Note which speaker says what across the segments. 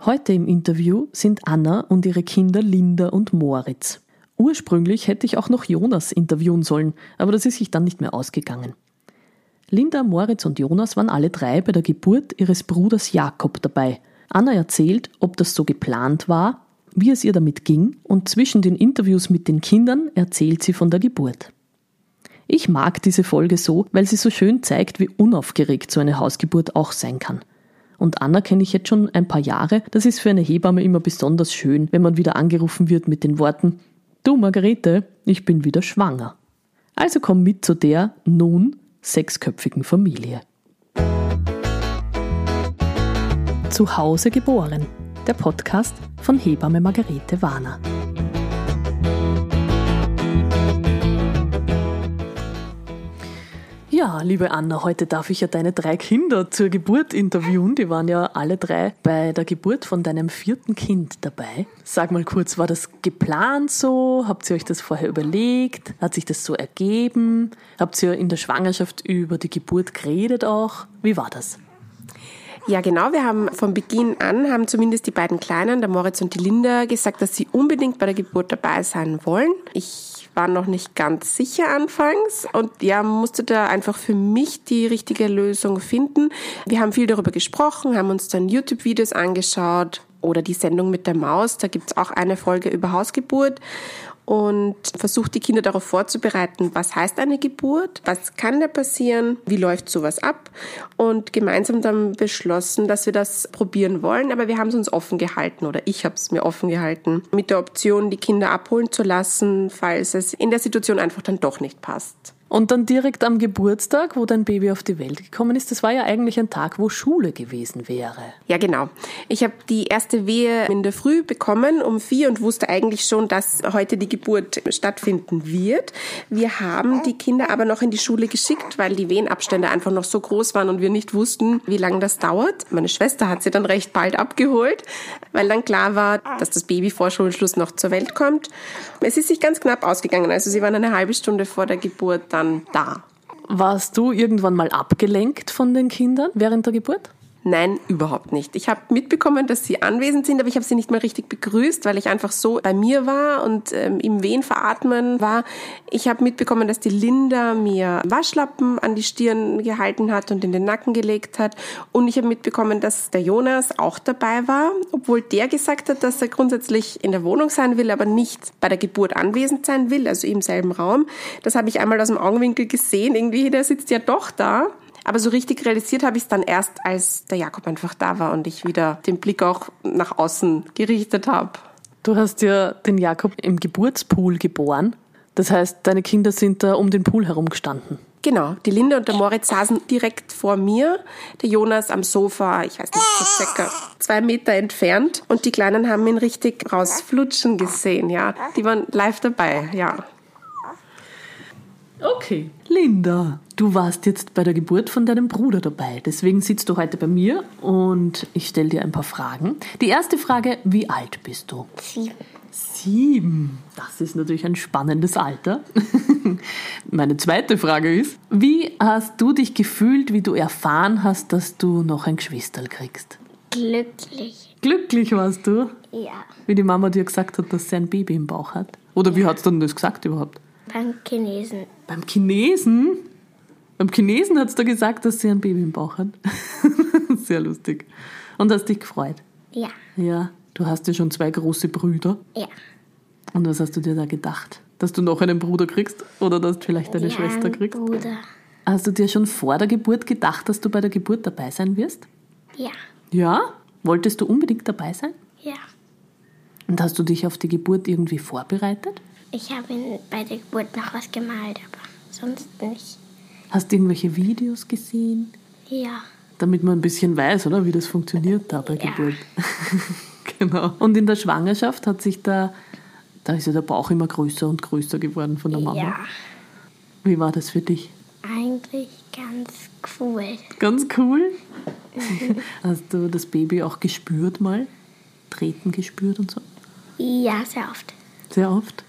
Speaker 1: Heute im Interview sind Anna und ihre Kinder Linda und Moritz. Ursprünglich hätte ich auch noch Jonas interviewen sollen, aber das ist sich dann nicht mehr ausgegangen. Linda, Moritz und Jonas waren alle drei bei der Geburt ihres Bruders Jakob dabei. Anna erzählt, ob das so geplant war, wie es ihr damit ging, und zwischen den Interviews mit den Kindern erzählt sie von der Geburt. Ich mag diese Folge so, weil sie so schön zeigt, wie unaufgeregt so eine Hausgeburt auch sein kann. Und Anna kenne ich jetzt schon ein paar Jahre. Das ist für eine Hebamme immer besonders schön, wenn man wieder angerufen wird mit den Worten Du Margarete, ich bin wieder schwanger. Also komm mit zu der nun sechsköpfigen Familie. Zu Hause geboren. Der Podcast von Hebamme Margarete Warner. Ja, liebe Anna, heute darf ich ja deine drei Kinder zur Geburt interviewen. Die waren ja alle drei bei der Geburt von deinem vierten Kind dabei. Sag mal kurz, war das geplant so? Habt ihr euch das vorher überlegt? Hat sich das so ergeben? Habt ihr in der Schwangerschaft über die Geburt geredet auch? Wie war das?
Speaker 2: Ja, genau. Wir haben von Beginn an, haben zumindest die beiden Kleinen, der Moritz und die Linda, gesagt, dass sie unbedingt bei der Geburt dabei sein wollen. Ich war noch nicht ganz sicher anfangs und ja, musste da einfach für mich die richtige Lösung finden. Wir haben viel darüber gesprochen, haben uns dann YouTube-Videos angeschaut oder die Sendung mit der Maus. Da gibt's auch eine Folge über Hausgeburt und versucht die Kinder darauf vorzubereiten, was heißt eine Geburt, was kann da passieren, wie läuft sowas ab und gemeinsam dann beschlossen, dass wir das probieren wollen, aber wir haben es uns offen gehalten oder ich habe es mir offen gehalten mit der Option, die Kinder abholen zu lassen, falls es in der Situation einfach dann doch nicht passt.
Speaker 1: Und dann direkt am Geburtstag, wo dein Baby auf die Welt gekommen ist, das war ja eigentlich ein Tag, wo Schule gewesen wäre.
Speaker 2: Ja, genau. Ich habe die erste Wehe in der Früh bekommen um vier und wusste eigentlich schon, dass heute die Geburt stattfinden wird. Wir haben die Kinder aber noch in die Schule geschickt, weil die Wehenabstände einfach noch so groß waren und wir nicht wussten, wie lange das dauert. Meine Schwester hat sie dann recht bald abgeholt, weil dann klar war, dass das Baby vor Schulschluss noch zur Welt kommt. Es ist sich ganz knapp ausgegangen. Also sie waren eine halbe Stunde vor der Geburt dann da.
Speaker 1: Warst du irgendwann mal abgelenkt von den Kindern während der Geburt?
Speaker 2: Nein, überhaupt nicht. Ich habe mitbekommen, dass sie anwesend sind, aber ich habe sie nicht mal richtig begrüßt, weil ich einfach so bei mir war und ähm, im Wehen veratmen war. Ich habe mitbekommen, dass die Linda mir Waschlappen an die Stirn gehalten hat und in den Nacken gelegt hat. Und ich habe mitbekommen, dass der Jonas auch dabei war, obwohl der gesagt hat, dass er grundsätzlich in der Wohnung sein will, aber nicht bei der Geburt anwesend sein will, also im selben Raum. Das habe ich einmal aus dem Augenwinkel gesehen. Irgendwie, der sitzt ja doch da. Aber so richtig realisiert habe ich es dann erst, als der Jakob einfach da war und ich wieder den Blick auch nach außen gerichtet habe.
Speaker 1: Du hast ja den Jakob im Geburtspool geboren. Das heißt, deine Kinder sind da um den Pool herum gestanden.
Speaker 2: Genau, die Linda und der Moritz saßen direkt vor mir, der Jonas am Sofa, ich weiß nicht, so circa zwei Meter entfernt. Und die Kleinen haben ihn richtig rausflutschen gesehen, ja. Die waren live dabei, ja.
Speaker 1: Okay. Linda, du warst jetzt bei der Geburt von deinem Bruder dabei. Deswegen sitzt du heute bei mir und ich stelle dir ein paar Fragen. Die erste Frage, wie alt bist du?
Speaker 3: Sieben.
Speaker 1: Sieben. Das ist natürlich ein spannendes Alter. Meine zweite Frage ist, wie hast du dich gefühlt, wie du erfahren hast, dass du noch ein Geschwisterl kriegst?
Speaker 3: Glücklich.
Speaker 1: Glücklich warst du,
Speaker 3: Ja.
Speaker 1: wie die Mama dir gesagt hat, dass sie ein Baby im Bauch hat. Oder wie hat sie denn das gesagt überhaupt?
Speaker 3: Beim Chinesen.
Speaker 1: Beim Chinesen? Beim Chinesen hat's da gesagt, dass sie ein Baby im Bauch hat. Sehr lustig. Und hast dich gefreut.
Speaker 3: Ja.
Speaker 1: Ja, du hast ja schon zwei große Brüder.
Speaker 3: Ja.
Speaker 1: Und was hast du dir da gedacht? Dass du noch einen Bruder kriegst oder dass du vielleicht eine
Speaker 3: ja,
Speaker 1: Schwester
Speaker 3: ein
Speaker 1: kriegst?
Speaker 3: Bruder.
Speaker 1: Hast du dir schon vor der Geburt gedacht, dass du bei der Geburt dabei sein wirst?
Speaker 3: Ja.
Speaker 1: Ja? Wolltest du unbedingt dabei sein?
Speaker 3: Ja.
Speaker 1: Und hast du dich auf die Geburt irgendwie vorbereitet?
Speaker 3: Ich habe ihn bei der Geburt noch was gemalt, aber sonst nicht.
Speaker 1: Hast du irgendwelche Videos gesehen?
Speaker 3: Ja.
Speaker 1: Damit man ein bisschen weiß, oder, wie das funktioniert da bei Geburt. genau. Und in der Schwangerschaft hat sich da, da ist ja der Bauch immer größer und größer geworden von der Mama.
Speaker 3: Ja.
Speaker 1: Wie war das für dich?
Speaker 3: Eigentlich ganz cool.
Speaker 1: Ganz cool. Hast du das Baby auch gespürt mal? Treten gespürt und so?
Speaker 3: Ja, sehr oft.
Speaker 1: Sehr oft.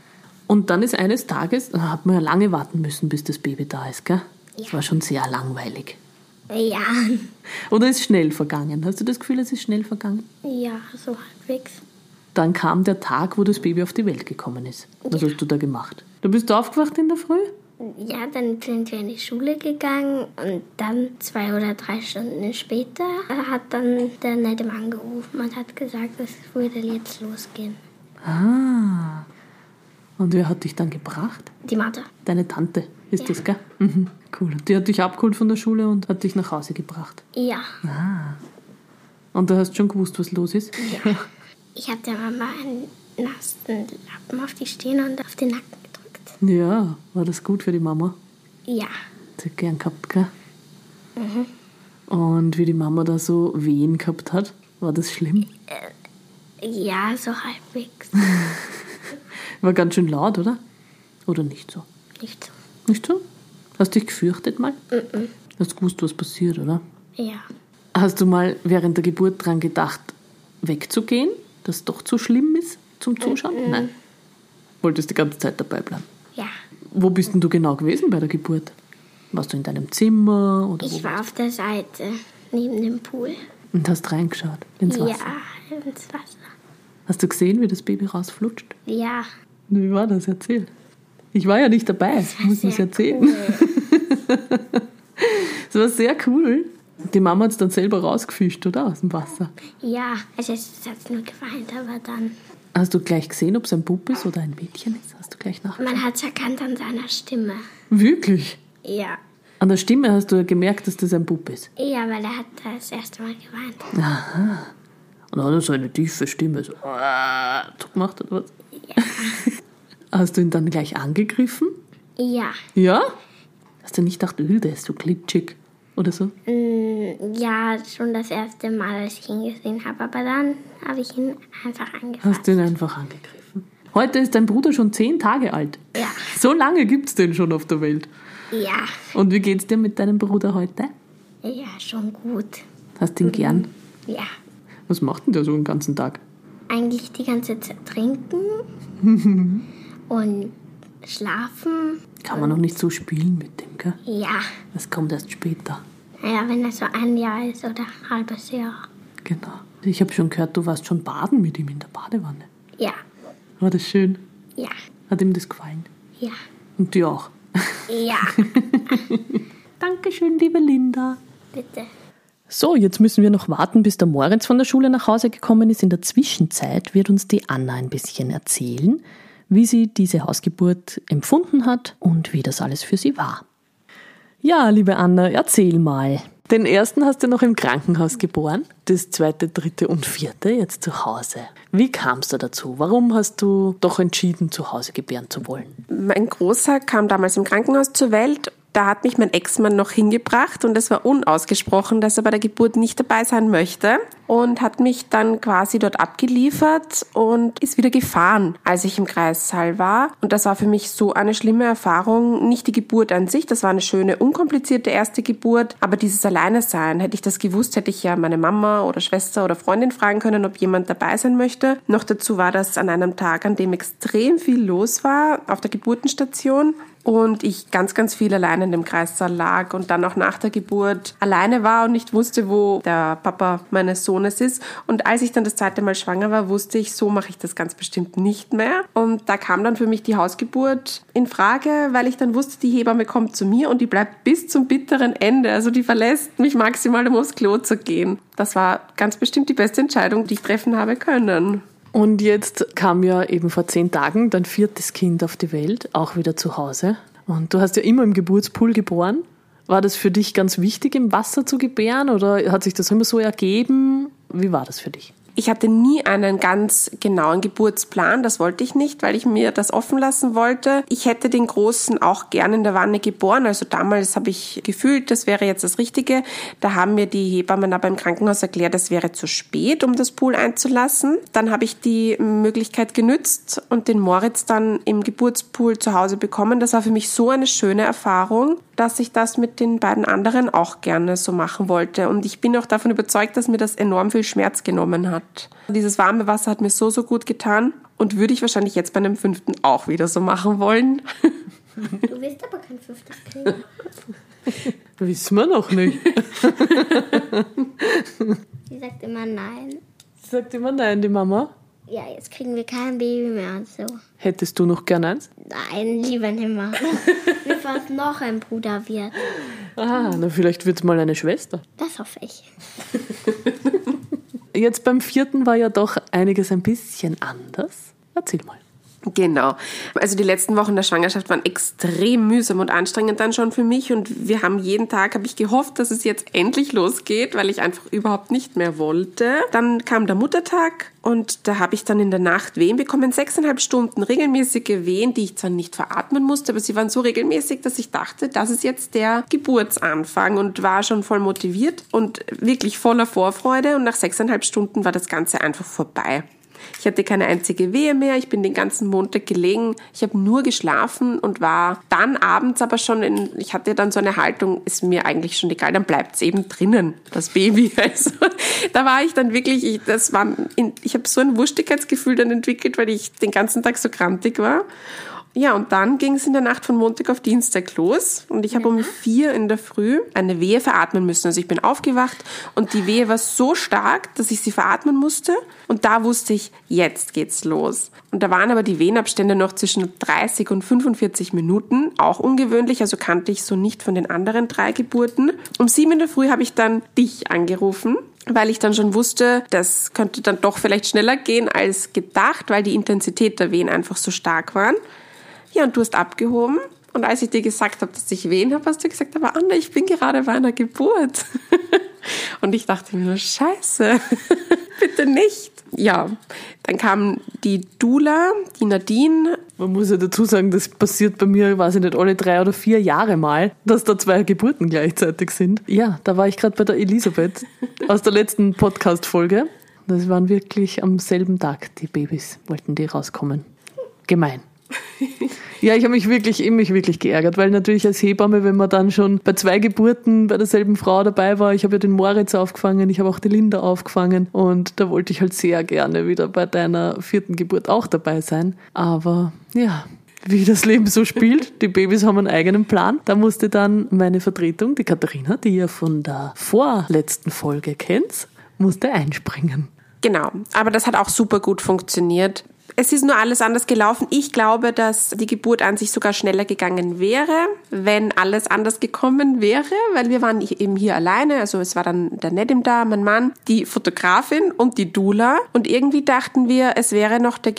Speaker 1: Und dann ist eines Tages, da hat man ja lange warten müssen, bis das Baby da ist, gell? Das war schon sehr langweilig.
Speaker 3: Ja,
Speaker 1: Oder ist schnell vergangen? Hast du das Gefühl, es ist schnell vergangen?
Speaker 3: ja, so halbwegs.
Speaker 1: Dann kam der Tag, wo das Baby auf die Welt gekommen ist. Was hast du da gemacht? Du bist aufgewacht in der Früh?
Speaker 3: Ja, dann sind wir in die Schule gegangen und dann zwei oder drei Stunden später hat dann der nette Mann gerufen und hat gesagt, es würde jetzt losgehen.
Speaker 1: Ah. Und wer hat dich dann gebracht?
Speaker 3: Die Mathe.
Speaker 1: Deine Tante ist das, gell? Mhm. Cool. Und Die hat dich abgeholt von der Schule und hat dich nach Hause gebracht.
Speaker 3: Ja.
Speaker 1: Und da hast du schon gewusst, was los ist? Ja.
Speaker 3: Ich habe der Mama einen nassen Lappen auf die Stirn und auf den Nacken gedrückt.
Speaker 1: Ja, war das gut für die Mama?
Speaker 3: Ja.
Speaker 1: Hat sie gern gehabt, gell? Mhm. Und wie die Mama da so Wehen gehabt hat, war das schlimm?
Speaker 3: Ja, so halbwegs.
Speaker 1: War ganz schön laut, oder? Oder nicht so?
Speaker 3: Nicht so.
Speaker 1: Nicht so? Hast dich gefürchtet mal? Hast gewusst, was passiert, oder?
Speaker 3: Ja.
Speaker 1: Hast du mal während der Geburt dran gedacht, wegzugehen, dass doch zu schlimm ist zum Zuschauen? Nein. Wolltest die ganze Zeit dabei bleiben.
Speaker 3: Ja.
Speaker 1: Wo bist denn du genau gewesen bei der Geburt? Warst du in deinem Zimmer oder wo?
Speaker 3: Ich war auf der Seite, neben dem Pool.
Speaker 1: Und hast reingeschaut ins Wasser.
Speaker 3: Ja, ins Wasser.
Speaker 1: Hast du gesehen, wie das Baby rausflutscht?
Speaker 3: Ja.
Speaker 1: Wie war das? Erzähl. Ich war ja nicht dabei, ich muss es
Speaker 3: sehr
Speaker 1: erzählen. Es war sehr cool. Die Mama hat es dann selber rausgefischt, oder? Aus dem Wasser.
Speaker 3: Ja, also es hat nur geweint, aber dann.
Speaker 1: Hast du gleich gesehen, ob es ein Bub ist oder ein Mädchen ist? Hast du gleich nach?
Speaker 3: Man hat es erkannt an seiner Stimme.
Speaker 1: Wirklich?
Speaker 3: Ja.
Speaker 1: An der Stimme hast du ja gemerkt, dass das ein Bub ist.
Speaker 3: Ja, weil er hat das erste Mal geweint.
Speaker 1: Und dann hat er so eine tiefe Stimme, so, "Aah", so gemacht oder was? Hast du ihn dann gleich angegriffen?
Speaker 3: Ja.
Speaker 1: Ja? Hast du nicht gedacht, öh, der ist so glitschig oder so?
Speaker 3: Ja, schon das erste Mal, als ich ihn gesehen habe, aber dann habe ich ihn einfach angefasst.
Speaker 1: Hast du ihn einfach angegriffen? Heute ist dein Bruder schon zehn Tage alt.
Speaker 3: Ja.
Speaker 1: So lange gibt's den schon auf der Welt.
Speaker 3: Ja.
Speaker 1: Und wie geht's dir mit deinem Bruder heute?
Speaker 3: Ja, schon gut.
Speaker 1: Hast ihn gern?
Speaker 3: Ja.
Speaker 1: Was macht denn der so den ganzen Tag?
Speaker 3: Eigentlich die ganze Zeit trinken und schlafen.
Speaker 1: Kann man noch nicht so spielen mit dem, gell?
Speaker 3: Ja.
Speaker 1: Das kommt erst später.
Speaker 3: Ja, wenn er so ein Jahr ist oder ein halbes Jahr.
Speaker 1: Genau. Ich habe schon gehört, du warst schon baden mit ihm in der Badewanne.
Speaker 3: Ja.
Speaker 1: War das schön?
Speaker 3: Ja.
Speaker 1: Hat ihm das gefallen?
Speaker 3: Ja.
Speaker 1: Und dir auch.
Speaker 3: Ja.
Speaker 1: Dankeschön, liebe Linda.
Speaker 3: Bitte.
Speaker 1: So, jetzt müssen wir noch warten, bis der Moritz von der Schule nach Hause gekommen ist. In der Zwischenzeit wird uns die Anna ein bisschen erzählen, wie sie diese Hausgeburt empfunden hat und wie das alles für sie war. Ja, liebe Anna, erzähl mal. Den ersten hast du noch im Krankenhaus geboren, das zweite, dritte und vierte jetzt zu Hause. Wie kamst du dazu? Warum hast du doch entschieden, zu Hause gebären zu wollen?
Speaker 2: Mein Großer kam damals im Krankenhaus zur Welt. Da hat mich mein Ex-Mann noch hingebracht und es war unausgesprochen, dass er bei der Geburt nicht dabei sein möchte und hat mich dann quasi dort abgeliefert und ist wieder gefahren, als ich im Kreissaal war. Und das war für mich so eine schlimme Erfahrung. Nicht die Geburt an sich, das war eine schöne, unkomplizierte erste Geburt, aber dieses Alleinesein, hätte ich das gewusst, hätte ich ja meine Mama oder Schwester oder Freundin fragen können, ob jemand dabei sein möchte. Noch dazu war das an einem Tag, an dem extrem viel los war auf der Geburtenstation und ich ganz, ganz viel alleine in dem Kreissaal lag und dann auch nach der Geburt alleine war und nicht wusste, wo der Papa meines Sohnes ist. Und als ich dann das zweite Mal schwanger war, wusste ich, so mache ich das ganz bestimmt nicht mehr. Und da kam dann für mich die Hausgeburt in Frage, weil ich dann wusste, die Hebamme kommt zu mir und die bleibt bis zum bitteren Ende. Also die verlässt mich maximal, um aufs Klo zu gehen. Das war ganz bestimmt die beste Entscheidung, die ich treffen habe können.
Speaker 1: Und jetzt kam ja eben vor zehn Tagen dein viertes Kind auf die Welt, auch wieder zu Hause. Und du hast ja immer im Geburtspool geboren. War das für dich ganz wichtig, im Wasser zu gebären oder hat sich das immer so ergeben? Wie war das für dich?
Speaker 2: Ich hatte nie einen ganz genauen Geburtsplan, das wollte ich nicht, weil ich mir das offen lassen wollte. Ich hätte den Großen auch gern in der Wanne geboren, also damals habe ich gefühlt, das wäre jetzt das Richtige. Da haben mir die Hebammen aber im Krankenhaus erklärt, das wäre zu spät, um das Pool einzulassen. Dann habe ich die Möglichkeit genützt und den Moritz dann im Geburtspool zu Hause bekommen. Das war für mich so eine schöne Erfahrung, dass ich das mit den beiden anderen auch gerne so machen wollte. Und ich bin auch davon überzeugt, dass mir das enorm viel Schmerz genommen hat. Dieses warme Wasser hat mir so, so gut getan und würde ich wahrscheinlich jetzt bei einem fünften auch wieder so machen wollen.
Speaker 3: Du willst aber kein fünftes Kind.
Speaker 1: Wissen wir noch nicht.
Speaker 3: Sie sagt immer nein.
Speaker 1: Sie sagt immer nein, die Mama.
Speaker 3: Ja, jetzt kriegen wir kein Baby mehr und so.
Speaker 1: Hättest du noch gern eins?
Speaker 3: Nein, lieber nimmer. Bevor es noch ein Bruder wird.
Speaker 1: Ah, na vielleicht wird es mal eine Schwester.
Speaker 3: Das hoffe ich.
Speaker 1: Jetzt beim vierten war ja doch einiges ein bisschen anders. Erzähl mal.
Speaker 2: Genau. Also die letzten Wochen der Schwangerschaft waren extrem mühsam und anstrengend dann schon für mich und wir haben jeden Tag, habe ich gehofft, dass es jetzt endlich losgeht, weil ich einfach überhaupt nicht mehr wollte. Dann kam der Muttertag und da habe ich dann in der Nacht Wehen bekommen, sechseinhalb Stunden regelmäßige Wehen, die ich zwar nicht veratmen musste, aber sie waren so regelmäßig, dass ich dachte, das ist jetzt der Geburtsanfang und war schon voll motiviert und wirklich voller Vorfreude und nach sechseinhalb Stunden war das Ganze einfach vorbei. Ich hatte keine einzige Wehe mehr. Ich bin den ganzen Montag gelegen. Ich habe nur geschlafen und war dann abends aber schon in. Ich hatte dann so eine Haltung, ist mir eigentlich schon egal, dann bleibt es eben drinnen, das Baby. Also da war ich dann wirklich, ich, das war, in, ich habe so ein Wurstigkeitsgefühl dann entwickelt, weil ich den ganzen Tag so krantig war. Ja, und dann ging es in der Nacht von Montag auf Dienstag los und ich habe um vier in der Früh eine Wehe veratmen müssen. Also ich bin aufgewacht und die Wehe war so stark, dass ich sie veratmen musste und da wusste ich, jetzt geht's los. Und da waren aber die Wehenabstände noch zwischen 30 und 45 Minuten, auch ungewöhnlich, also kannte ich so nicht von den anderen drei Geburten. Um sieben in der Früh habe ich dann dich angerufen weil ich dann schon wusste, das könnte dann doch vielleicht schneller gehen als gedacht, weil die Intensität der Wehen einfach so stark waren. Ja, und du hast abgehoben. Und als ich dir gesagt habe, dass ich wehen habe, hast du gesagt, aber Anna, ich bin gerade bei einer Geburt. und ich dachte mir nur, scheiße, bitte nicht. Ja, dann kam die Dula, die Nadine.
Speaker 1: Man muss ja dazu sagen, das passiert bei mir, weiß ich nicht, alle drei oder vier Jahre mal, dass da zwei Geburten gleichzeitig sind. Ja, da war ich gerade bei der Elisabeth aus der letzten Podcast-Folge. Das waren wirklich am selben Tag die Babys, wollten die rauskommen. Gemein. Ja, ich habe mich wirklich, ich hab mich wirklich geärgert, weil natürlich als Hebamme, wenn man dann schon bei zwei Geburten bei derselben Frau dabei war, ich habe ja den Moritz aufgefangen, ich habe auch die Linda aufgefangen und da wollte ich halt sehr gerne wieder bei deiner vierten Geburt auch dabei sein. Aber ja, wie das Leben so spielt, die Babys haben einen eigenen Plan. Da musste dann meine Vertretung, die Katharina, die ihr von der vorletzten Folge kennt, musste einspringen.
Speaker 2: Genau, aber das hat auch super gut funktioniert. Es ist nur alles anders gelaufen. Ich glaube, dass die Geburt an sich sogar schneller gegangen wäre, wenn alles anders gekommen wäre, weil wir waren eben hier alleine. Also es war dann der Nedim da, mein Mann, die Fotografin und die Dula. Und irgendwie dachten wir, es wäre noch der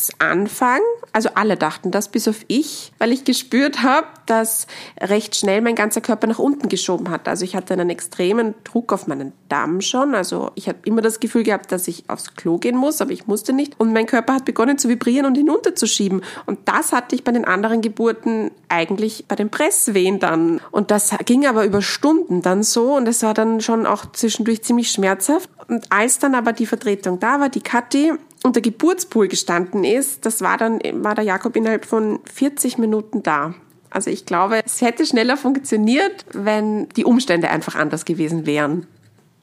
Speaker 2: Geburtsanfang. Also alle dachten das, bis auf ich, weil ich gespürt habe, dass recht schnell mein ganzer Körper nach unten geschoben hat. Also ich hatte einen extremen Druck auf meinen Damm schon. Also ich habe immer das Gefühl gehabt, dass ich aufs Klo gehen muss, aber ich musste nicht. Und mein Körper hat begonnen zu vibrieren und hinunterzuschieben. Und das hatte ich bei den anderen Geburten eigentlich bei den Presswehen dann. Und das ging aber über Stunden dann so und es war dann schon auch zwischendurch ziemlich schmerzhaft. Und als dann aber die Vertretung da war, die Kathi, und der Geburtspool gestanden ist, das war dann, war der Jakob innerhalb von 40 Minuten da. Also ich glaube, es hätte schneller funktioniert, wenn die Umstände einfach anders gewesen wären.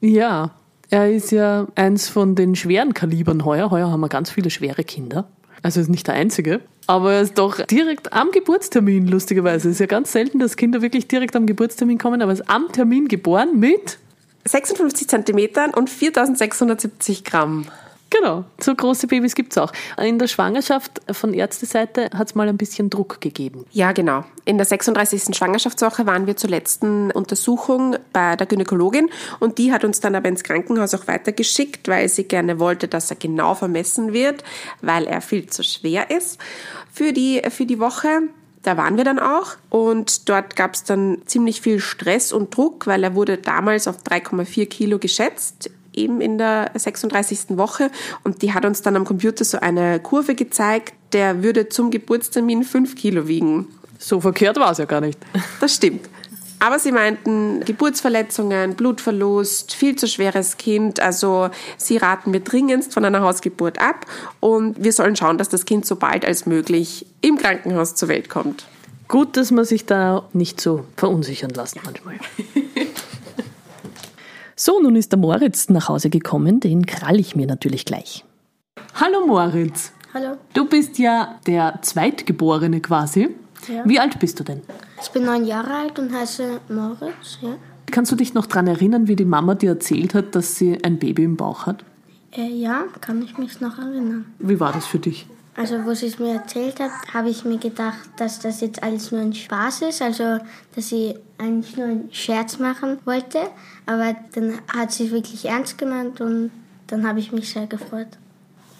Speaker 1: Ja, er ist ja eins von den schweren Kalibern heuer. Heuer haben wir ganz viele schwere Kinder. Also ist nicht der einzige. Aber er ist doch direkt am Geburtstermin, lustigerweise. Es ist ja ganz selten, dass Kinder wirklich direkt am Geburtstermin kommen, aber er ist am Termin geboren mit.
Speaker 2: 56 Zentimetern und 4670 Gramm.
Speaker 1: Genau, so große Babys gibt's auch. In der Schwangerschaft von Ärzteseite hat's mal ein bisschen Druck gegeben.
Speaker 2: Ja, genau. In der 36. Schwangerschaftswoche waren wir zur letzten Untersuchung bei der Gynäkologin und die hat uns dann aber ins Krankenhaus auch weitergeschickt, weil sie gerne wollte, dass er genau vermessen wird, weil er viel zu schwer ist für die, für die Woche. Da waren wir dann auch und dort gab es dann ziemlich viel Stress und Druck, weil er wurde damals auf 3,4 Kilo geschätzt eben in der 36. Woche und die hat uns dann am Computer so eine Kurve gezeigt, der würde zum Geburtstermin 5 Kilo wiegen.
Speaker 1: So verkehrt war es ja gar nicht.
Speaker 2: Das stimmt. Aber sie meinten Geburtsverletzungen, Blutverlust, viel zu schweres Kind. Also sie raten mir dringendst von einer Hausgeburt ab und wir sollen schauen, dass das Kind so bald als möglich im Krankenhaus zur Welt kommt.
Speaker 1: Gut, dass man sich da nicht so verunsichern lässt manchmal. So, nun ist der Moritz nach Hause gekommen, den krall ich mir natürlich gleich. Hallo Moritz,
Speaker 3: Hallo.
Speaker 1: du bist ja der Zweitgeborene quasi.
Speaker 3: Ja.
Speaker 1: Wie alt bist du denn?
Speaker 3: Ich bin neun Jahre alt und heiße Moritz. Ja.
Speaker 1: Kannst du dich noch daran erinnern, wie die Mama dir erzählt hat, dass sie ein Baby im Bauch hat?
Speaker 3: Äh, ja, kann ich mich noch erinnern.
Speaker 1: Wie war das für dich?
Speaker 3: Also, wo sie es mir erzählt hat, habe ich mir gedacht, dass das jetzt alles nur ein Spaß ist. Also, dass sie eigentlich nur einen Scherz machen wollte. Aber dann hat sie es wirklich ernst gemeint und dann habe ich mich sehr gefreut.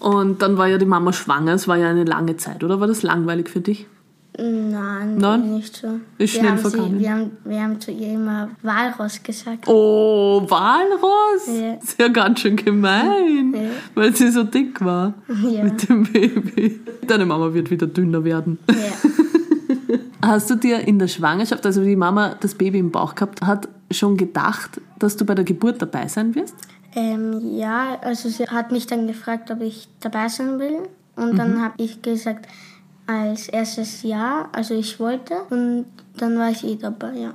Speaker 1: Und dann war ja die Mama schwanger, es war ja eine lange Zeit, oder war das langweilig für dich?
Speaker 3: Nein,
Speaker 1: Nein?
Speaker 3: nicht so.
Speaker 1: Ist
Speaker 3: wir
Speaker 1: schnell
Speaker 3: haben
Speaker 1: vergangen.
Speaker 3: Sie, wir, haben, wir haben zu ihr immer Walross gesagt.
Speaker 1: Oh, Walross!
Speaker 3: Ja.
Speaker 1: Ist ja ganz schön gemein,
Speaker 3: Ja.
Speaker 1: weil sie so dick war
Speaker 3: Ja.
Speaker 1: mit dem Baby. Deine Mama wird wieder dünner werden.
Speaker 3: Ja.
Speaker 1: Hast du dir in der Schwangerschaft, also wie die Mama das Baby im Bauch gehabt hat, schon gedacht, dass du bei der Geburt dabei sein wirst?
Speaker 3: Ähm, ja, also sie hat mich dann gefragt, ob ich dabei sein will. Und dann habe ich gesagt, als erstes ja, also ich wollte. Und dann war ich eh dabei, ja.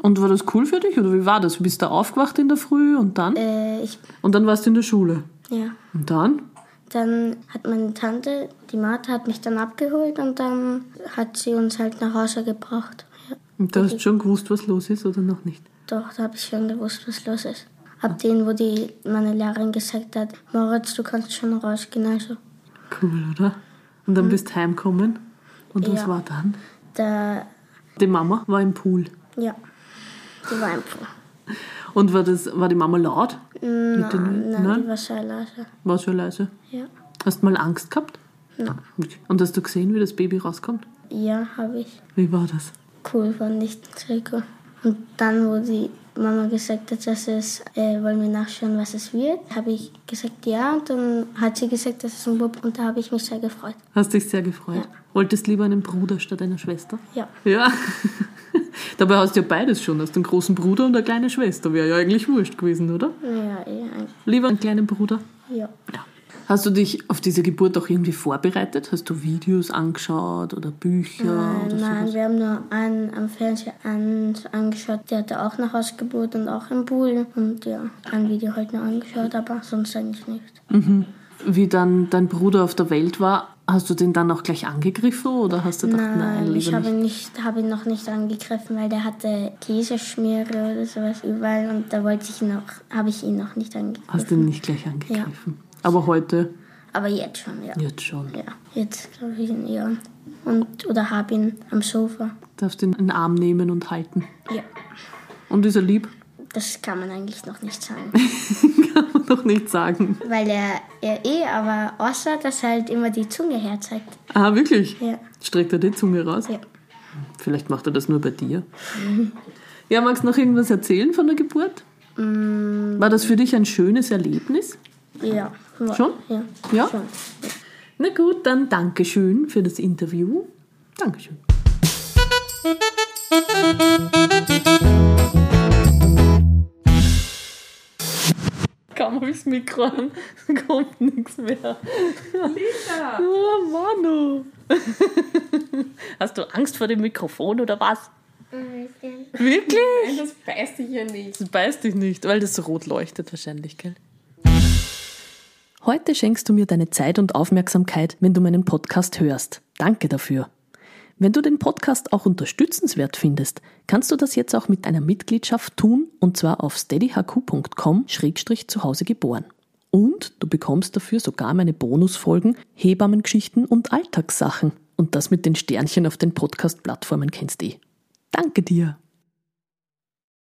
Speaker 1: Und war das cool für dich oder wie war das? Du bist da aufgewacht in der Früh und dann?
Speaker 3: Äh, ich,
Speaker 1: Und dann warst du in der Schule.
Speaker 3: ja.
Speaker 1: Und dann?
Speaker 3: Dann hat meine Tante, die Martha, hat mich dann abgeholt und dann hat sie uns halt nach Hause gebracht. Ja.
Speaker 1: Und da hast du schon gewusst, was los ist oder noch nicht?
Speaker 3: Doch, da habe ich schon gewusst, was los ist. Ab denen, wo die meine Lehrerin gesagt hat, Moritz, du kannst schon rausgehen, also
Speaker 1: Cool, oder? Und dann bist du heimgekommen. Und was
Speaker 3: Ja.
Speaker 1: war dann?
Speaker 3: da,
Speaker 1: Die Mama war im Pool.
Speaker 3: ja, die war einfach.
Speaker 1: Und war, das, war die Mama laut? Mit den,
Speaker 3: Nein,
Speaker 1: nein?
Speaker 3: die war sehr leise.
Speaker 1: War schon leise.
Speaker 3: Ja,
Speaker 1: Hast du mal Angst gehabt?
Speaker 3: Nein.
Speaker 1: Okay. Und hast du gesehen, wie das Baby rauskommt?
Speaker 3: ja habe ich.
Speaker 1: Wie war das?
Speaker 3: Cool fand ich sehr cool. Und dann, wo die Mama gesagt hat, dass es, äh, wollen wir nachschauen, was es wird, habe ich gesagt ja. Und dann hat sie gesagt, dass es ein Bub und da habe ich mich sehr gefreut.
Speaker 1: Hast dich sehr gefreut. Wolltest lieber einen Bruder statt einer Schwester?
Speaker 3: Ja.
Speaker 1: Ja. Dabei hast du ja beides schon. Hast einen großen Bruder und eine kleine Schwester. Wäre ja eigentlich wurscht gewesen, oder?
Speaker 3: Ja, eh, ein-
Speaker 1: Lieber einen kleinen Bruder.
Speaker 3: ja.
Speaker 1: Hast du dich auf diese Geburt auch irgendwie vorbereitet? Hast du Videos angeschaut oder Bücher
Speaker 3: Nein,
Speaker 1: oder
Speaker 3: nein,
Speaker 1: sowas?
Speaker 3: wir haben nur einen am Fernseher an, angeschaut, der hatte auch eine Hausgeburt und auch im Pool. Und ja, ein Video halt nur angeschaut, aber sonst eigentlich nicht.
Speaker 1: Wie dann dein Bruder auf der Welt war, hast du den dann auch gleich angegriffen oder hast du gedacht, nein,
Speaker 3: Nein, ich
Speaker 1: lieber
Speaker 3: habe
Speaker 1: nicht?
Speaker 3: ihn, nicht, habe ihn noch nicht angegriffen, weil der hatte Käseschmiere oder sowas überall und da wollte ich ihn noch, habe ich ihn noch nicht angegriffen.
Speaker 1: Hast du ihn nicht gleich angegriffen? Aber heute,
Speaker 3: Aber jetzt schon, ja.
Speaker 1: jetzt schon.
Speaker 3: Ja, jetzt habe ich ihn ja. Und, oder habe ihn am Sofa.
Speaker 1: Darfst du ihn in den Arm nehmen und halten.
Speaker 3: Ja,
Speaker 1: Und ist er lieb?
Speaker 3: das kann man eigentlich noch nicht sagen.
Speaker 1: Kann man doch nicht sagen.
Speaker 3: weil er, er eh, aber außer, dass er halt immer die Zunge herzeigt.
Speaker 1: Ah, wirklich?
Speaker 3: Ja.
Speaker 1: Streckt er die Zunge raus?
Speaker 3: Ja.
Speaker 1: Vielleicht macht er das nur bei dir. Ja, magst du noch irgendwas erzählen von der Geburt?
Speaker 3: Mm.
Speaker 1: War das für dich ein schönes Erlebnis?
Speaker 3: Ja.
Speaker 1: Schon?
Speaker 3: Ja.
Speaker 1: Ja?
Speaker 3: Schon.
Speaker 1: Na gut, dann Dankeschön für das Interview. Dankeschön. Kaum habe ich das Mikro an, kommt nichts mehr. Lisa! Oh, Manu! Hast du Angst vor dem Mikrofon oder was? Wirklich?
Speaker 2: Das beißt dich ja nicht.
Speaker 1: Das beißt dich nicht, weil das so rot leuchtet wahrscheinlich, gell? Heute schenkst du mir deine Zeit und Aufmerksamkeit, wenn du meinen Podcast hörst. Danke dafür. Wenn du den Podcast auch unterstützenswert findest, kannst du das jetzt auch mit einer Mitgliedschaft tun und zwar auf steadyhq.com-zu Hause geboren. Und du bekommst dafür sogar meine Bonusfolgen, Hebammengeschichten und Alltagssachen. Und das mit den Sternchen auf den Podcast-Plattformen kennst eh. Danke dir!